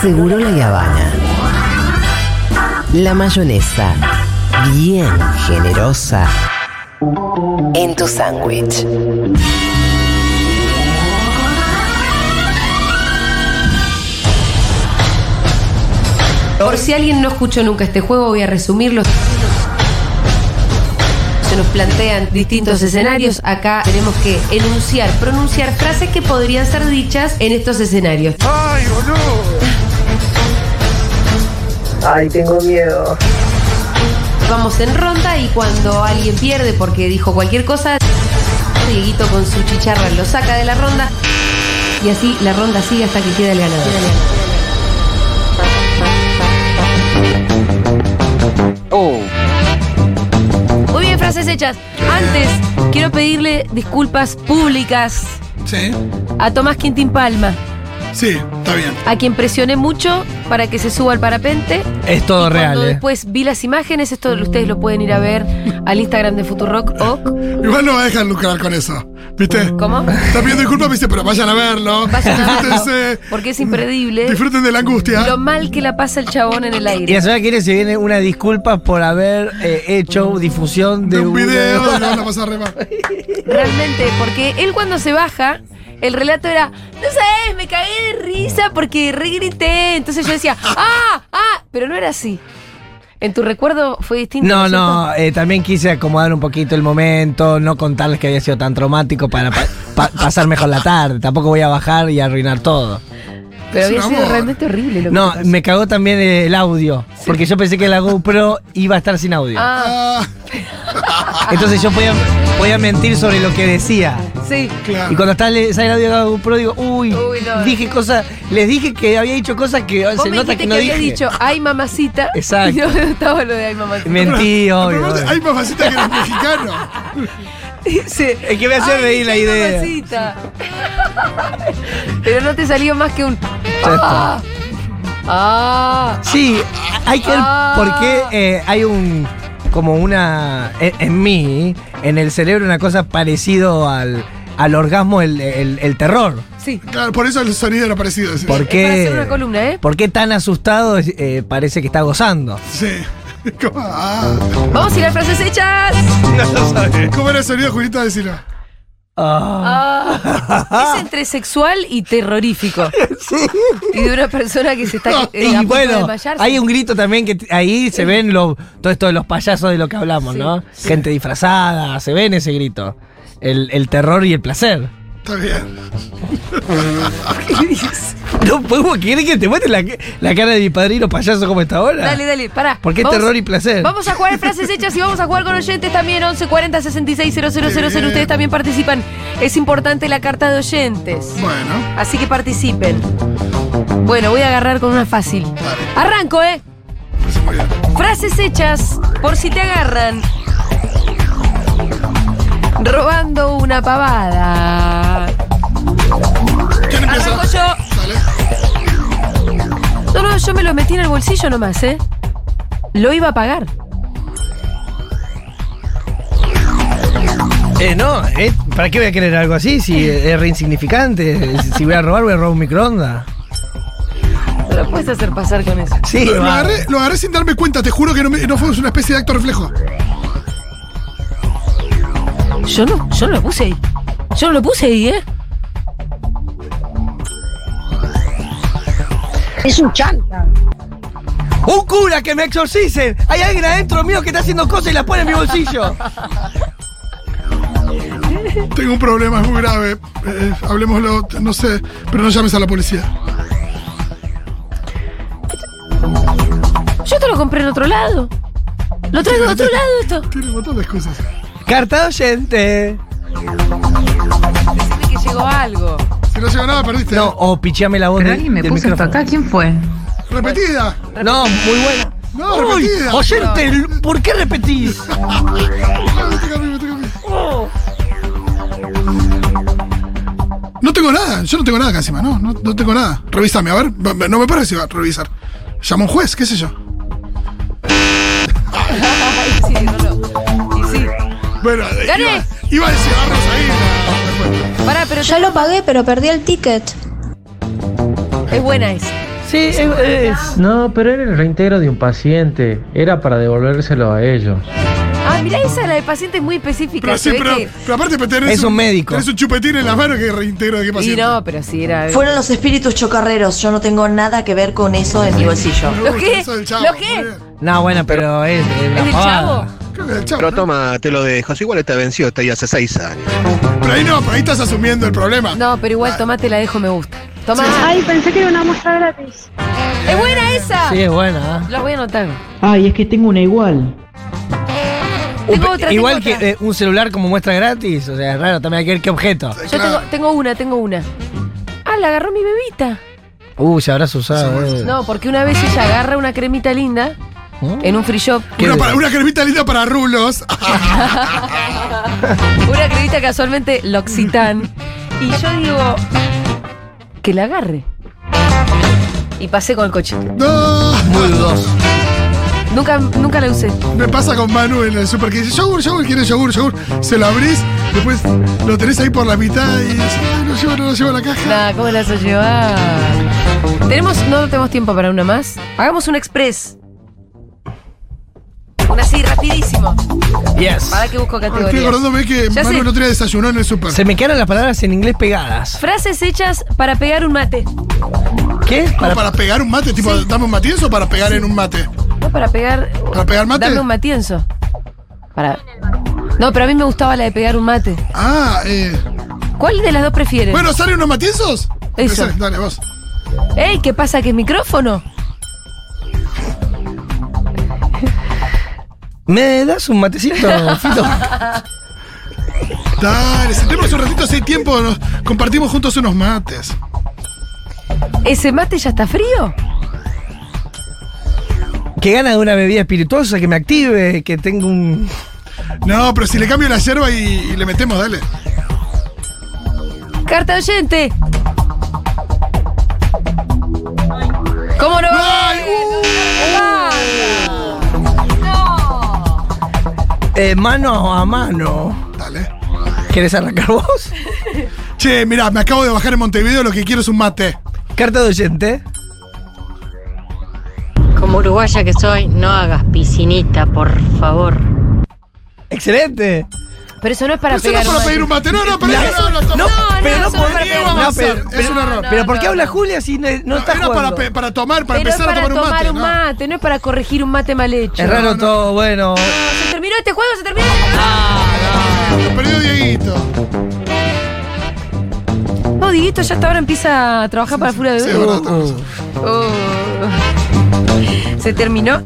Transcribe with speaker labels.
Speaker 1: Seguro la Habana. La mayonesa, bien generosa, en tu sándwich.
Speaker 2: Por si alguien no escuchó nunca este juego, voy a resumirlo. Se nos plantean distintos escenarios. Acá tenemos que enunciar, pronunciar frases que podrían ser dichas en estos escenarios.
Speaker 3: ¡Ay, boludo!
Speaker 4: Ay, tengo miedo.
Speaker 2: Vamos en ronda y cuando alguien pierde porque dijo cualquier cosa, Dieguito con su chicharra lo saca de la ronda y así la ronda sigue hasta que queda el ganador.
Speaker 5: Oh,
Speaker 2: Muy bien, frases hechas. Antes, quiero pedirle disculpas públicas
Speaker 3: Sí,
Speaker 2: a Tomás Quintín Palma,
Speaker 3: sí, está bien.
Speaker 2: a quien presioné mucho para que se suba al parapente.
Speaker 6: es todo
Speaker 2: Y
Speaker 6: real,
Speaker 2: Cuando
Speaker 6: ¿eh?
Speaker 2: después vi las imágenes, esto ustedes lo pueden ir a ver al Instagram de Futurock o...
Speaker 3: Igual no me dejan lucrar con eso. ¿Viste?
Speaker 2: ¿Cómo?
Speaker 3: Está pidiendo disculpas, me dice, pero vayan a verlo.
Speaker 2: Vayan a verlo,
Speaker 3: Disfrútense.
Speaker 2: porque es imperdible.
Speaker 3: Disfruten de la angustia.
Speaker 2: Lo mal que la pasa el chabón en el
Speaker 6: Y la
Speaker 2: aire.
Speaker 6: señora quiere se viene una disculpa por haber eh, hecho difusión de,
Speaker 3: De un
Speaker 6: uno-
Speaker 3: video, no la vas a re mal.
Speaker 2: Realmente, porque él cuando se baja, el relato era, no sabes, me cagué de risa porque regrité. Entonces yo decía, ah, ah, pero no era así. En tu recuerdo fue distinto.
Speaker 6: No,
Speaker 2: es
Speaker 6: no, eh, también quise acomodar un poquito el momento, no contarles que había sido tan traumático para pa- pa- pasar mejor la tarde. Tampoco voy a bajar y arruinar todo.
Speaker 2: cierto? Pero
Speaker 3: Es un
Speaker 2: había sido
Speaker 3: amor.
Speaker 2: realmente horrible lo que
Speaker 6: No,
Speaker 2: pasó.
Speaker 6: me cagó también el audio, porque yo pensé que la GoPro iba a estar sin audio.
Speaker 2: Ah,
Speaker 3: Ah,
Speaker 6: Entonces yo podía, podía mentir sobre lo que decía.
Speaker 2: sí.
Speaker 3: claro.
Speaker 6: Y cuando está el- sale el audio de la GoPro digo, uy,
Speaker 2: Uy, no.
Speaker 6: dije cosas, les dije que había dicho cosas que
Speaker 2: Vos
Speaker 6: se
Speaker 2: me
Speaker 6: nota
Speaker 2: dijiste
Speaker 6: que
Speaker 2: que,
Speaker 6: no
Speaker 2: había
Speaker 6: dije.
Speaker 2: dicho, ay mamacita.
Speaker 6: Exacto.
Speaker 2: Y no me gustaba lo de ay mamacita.
Speaker 6: Mentí,
Speaker 3: La
Speaker 6: obvio.
Speaker 3: pregunta-
Speaker 6: obvio.
Speaker 3: Hay más facetas que los mexicanos.
Speaker 2: Dice,
Speaker 6: Es que me hace
Speaker 2: "Ay,
Speaker 6: reír la
Speaker 2: qué
Speaker 6: idea".
Speaker 2: mamacita. Pero no te salió más que un.
Speaker 6: Ya está.
Speaker 2: Ah, ah.
Speaker 6: Sí, hay que ver
Speaker 2: Ah.
Speaker 6: por qué eh, hay un como una en, en mí, en el cerebro una cosa parecido al, al orgasmo el, el- el terror.
Speaker 2: Sí.
Speaker 3: Claro, por eso el sonido era parecido. decís.
Speaker 6: ¿Por
Speaker 2: Es para hacer
Speaker 6: qué?
Speaker 2: una columna, ¿eh?
Speaker 6: ¿Por qué tan asustado eh, parece que está gozando?
Speaker 3: Sí. ¿Cómo, ah.
Speaker 2: Vamos a ir a frases hechas.
Speaker 3: ¿Cómo era el sonido, Julita? Decirlo.
Speaker 6: Ah.
Speaker 2: Ah. Es entre sexual y terrorífico. Y de una persona que se está eh, a
Speaker 6: Y
Speaker 2: punto de
Speaker 6: bueno,
Speaker 2: desmayarse.
Speaker 6: hay un grito también que t- ahí se ven los, todo esto de los payasos de lo que hablamos,
Speaker 2: Sí,
Speaker 6: ¿no? Gente disfrazada, se ven ese grito. El, el terror y el placer.
Speaker 3: Está bien.
Speaker 6: No podemos querer que te muestre la, la cara de mi padrino payaso como está ahora.
Speaker 2: Dale, dale, pará.
Speaker 6: ¿Por qué
Speaker 2: Vamos-
Speaker 6: terror y placer?
Speaker 2: Vamos a jugar a frases hechas y vamos a jugar con oyentes también. 11 40 66 000. Ustedes también participan. Es importante la carta de oyentes.
Speaker 3: Bueno.
Speaker 2: Así que participen. Bueno, voy a agarrar con una fácil. Arranco, ¿eh?
Speaker 3: Pues muy bien.
Speaker 2: Frases hechas por si te agarran. Robando una pavada.
Speaker 3: ¿Quién empieza?
Speaker 2: Arranco yo.
Speaker 3: Dale.
Speaker 2: No, no, yo me lo metí en el bolsillo nomás, ¿eh? Lo iba a pagar.
Speaker 6: Eh, no, eh, ¿para qué voy a querer algo así? Si es, es re insignificante. Si voy a robar, voy a robar un microondas.
Speaker 2: No lo puedes hacer pasar con eso.
Speaker 6: Sí,
Speaker 3: Lo, lo
Speaker 6: va.
Speaker 3: agarré, lo agarré sin darme cuenta, te juro que no, me- no fue una especie de acto reflejo.
Speaker 2: Yo no, yo no lo puse ahí. Yo no lo puse ahí, ¿eh?
Speaker 4: Es un chanta.
Speaker 6: ¡Un cura que me exorcicen! Hay alguien adentro mío que está haciendo cosas y las pone en mi bolsillo.
Speaker 3: Tengo un problema, es muy grave. Eh, hablemoslo, t- no sé, pero no llames a la policía.
Speaker 2: Yo te lo compré en otro lado. Lo traigo de otro lado esto.
Speaker 3: Tiene un montón de excusas.
Speaker 6: Carta oyente.
Speaker 2: que llegó algo.
Speaker 3: Si no llega nada, perdiste.
Speaker 6: No, o pichame la voz
Speaker 7: Pero
Speaker 6: del-
Speaker 7: alguien me
Speaker 6: del
Speaker 7: puso esto
Speaker 6: micrófono.
Speaker 7: acá, ¿quién fue?
Speaker 3: ¿eh? Repetida.
Speaker 6: No, muy buena.
Speaker 3: No,
Speaker 6: Uy,
Speaker 3: repetida.
Speaker 6: oyente, ¿por qué repetís?
Speaker 3: Me toca a mí, me toca a mí. No tengo nada, yo no tengo nada acá encima, no, no, no tengo nada. Revísame, a ver, b- b- no me parece va a revisar. Llama a un juez, qué sé yo.
Speaker 2: sí, no, no. Y sí.
Speaker 3: Bueno, eh,
Speaker 2: ¡Gané!
Speaker 3: iba, iba a decir "Ah, "Vamos ahí. no, no, no, no.
Speaker 2: Pará, pero
Speaker 8: Ya lo pagué, pero perdí el ticket.
Speaker 2: es buena esa.
Speaker 6: Sí, es, es-
Speaker 5: No, pero era el reintegro de un paciente. Era para devolvérselo a ellos.
Speaker 2: Ah, mirá, esa es la de pacientes muy específica.
Speaker 3: Pero,
Speaker 2: se
Speaker 3: sí,
Speaker 2: ve
Speaker 3: pero,
Speaker 2: que-
Speaker 3: pero aparte pero tenés
Speaker 6: Es un médico.
Speaker 3: Tenés un chupetín en la mano que reintegra de qué
Speaker 2: Y
Speaker 3: paciente.
Speaker 2: no, pero sí era.
Speaker 7: Fueron los espíritus chocarreros. Yo no tengo nada que ver con eso en mi bolsillo.
Speaker 3: Me
Speaker 2: ¿Lo
Speaker 3: gusta,
Speaker 2: qué?
Speaker 3: eso del chavo,
Speaker 2: ¿Lo
Speaker 3: muy
Speaker 2: qué?
Speaker 3: bien.
Speaker 6: No, bueno, pero es. es una
Speaker 2: ¿Es el
Speaker 3: Ah.
Speaker 6: pavada.
Speaker 2: chavo?
Speaker 3: Creo que es del chavo.
Speaker 8: Pero toma, te lo dejo. Si igual te venció, te hace seis años.
Speaker 3: Pero ahí no, pero ahí estás asumiendo el problema.
Speaker 2: No, pero igual tomá, te la dejo, me gusta. Tomá.
Speaker 9: Ay, pensé que era una muestra gratis.
Speaker 2: ¡Es buena esa!
Speaker 6: Sí, es buena. ¿eh?
Speaker 2: La voy a anotar.
Speaker 10: Ay, es que tengo una igual.
Speaker 2: Tengo otra,
Speaker 6: Igual
Speaker 2: tengo otra.
Speaker 6: que eh, un celular como muestra gratis. O sea, es raro también hay que ver qué objeto.
Speaker 2: Yo tengo, tengo una, tengo una. Ah, la agarró mi bebita.
Speaker 6: Uh, se habrás usado. eh.
Speaker 2: No, porque una vez ella agarra una cremita linda
Speaker 6: ¿Mm?
Speaker 2: en un free shop.
Speaker 6: ¿Qué?
Speaker 3: Una, para- una cremita linda para rulos. Ah,
Speaker 2: Una cremita casualmente L'Occitane. Y yo digo. Que la agarre. Y pasé con el coche.
Speaker 3: no.
Speaker 6: Muy dudoso.
Speaker 2: Nunca, nunca la usé.
Speaker 3: Me pasa con Manu en el super que dice, yogur, yogur, quiere yogur, yogur. Se lo abrís, después lo tenés ahí por la mitad y dices, "Ay, no llevo, no lo llevo a la caja.
Speaker 2: Nah, ¿cómo la vas a llevar? ¿Tenemos, no tenemos tiempo para una más. Hagamos un express. Una así, rapidísimo.
Speaker 6: Yes.
Speaker 2: Para que busco
Speaker 3: Ah, Estoy
Speaker 2: categorías.
Speaker 3: acordándome que
Speaker 2: Ya
Speaker 3: Manu
Speaker 2: sé.
Speaker 3: el otro día desayunó en el super.
Speaker 6: Se me quedaron las palabras en inglés pegadas.
Speaker 2: Frases hechas para pegar un mate.
Speaker 6: ¿Qué?
Speaker 3: ¿Para, para pegar un mate? Tipo, ¿dame un matienzo o para pegar en un mate?
Speaker 2: No, para pegar.
Speaker 3: ¿Para pegar mate?
Speaker 2: Dame un matienzo. Para. No, pero a mí me gustaba la de pegar un mate.
Speaker 3: Ah, eh.
Speaker 2: ¿Cuál de las dos prefieres?
Speaker 3: Bueno, ¿salen unos matienzos?
Speaker 2: Eso.
Speaker 3: Empezá, Dale, vos.
Speaker 2: ¡Ey! ¿Qué pasa? ¿Que es micrófono?
Speaker 6: ¿Me das un matecito, Fito?
Speaker 3: Dale, sentémonos un ratito, si hay tiempo, nos compartimos juntos unos mates.
Speaker 2: ¿Ese mate ya está frío?
Speaker 6: que gana de una bebida espirituosa, que me active, que tenga un.
Speaker 3: No, pero si le cambio la yerba y, y le metemos, dale.
Speaker 2: ¡Carta oyente! ¿Cómo no?
Speaker 3: ¡Ay! uh.
Speaker 6: eh, mano a mano.
Speaker 3: Dale.
Speaker 6: ¿Quieres arrancar vos?
Speaker 3: Che, mirá, me acabo de bajar en Montevideo, lo que quiero es un mate.
Speaker 6: Carta de oyente.
Speaker 9: Como uruguaya que soy, no hagas piscinita, por favor.
Speaker 6: ¡Excelente!
Speaker 2: Pero eso no es para
Speaker 3: Pero eso no
Speaker 2: pegar
Speaker 3: es para pedir un mate. No, no, pero
Speaker 6: La-
Speaker 3: no, no, no,
Speaker 6: no, pero no
Speaker 2: eso es para
Speaker 6: podría-
Speaker 2: pegar un
Speaker 6: no,
Speaker 2: mate.
Speaker 6: pero-
Speaker 3: Es un error.
Speaker 6: Pero ¿por
Speaker 2: no,
Speaker 6: qué habla
Speaker 2: no.
Speaker 6: Julia si no, no está
Speaker 3: Era
Speaker 6: jugando?
Speaker 3: para, pe- para tomar, para
Speaker 2: Pero es
Speaker 3: empezar
Speaker 2: para
Speaker 3: a tomar un mate. ¿no?
Speaker 2: no. es para corregir un mate mal hecho.
Speaker 6: es raro todo, bueno.
Speaker 2: Se terminó este juego, se terminó.
Speaker 3: Lo perdió Dieguito.
Speaker 2: No, Diguito Oh, ya hasta ahora empieza a trabajar para Furia de
Speaker 3: Sí,
Speaker 2: Bebé.
Speaker 3: es verdad.
Speaker 6: Uh, uh.
Speaker 2: Oh. Se terminó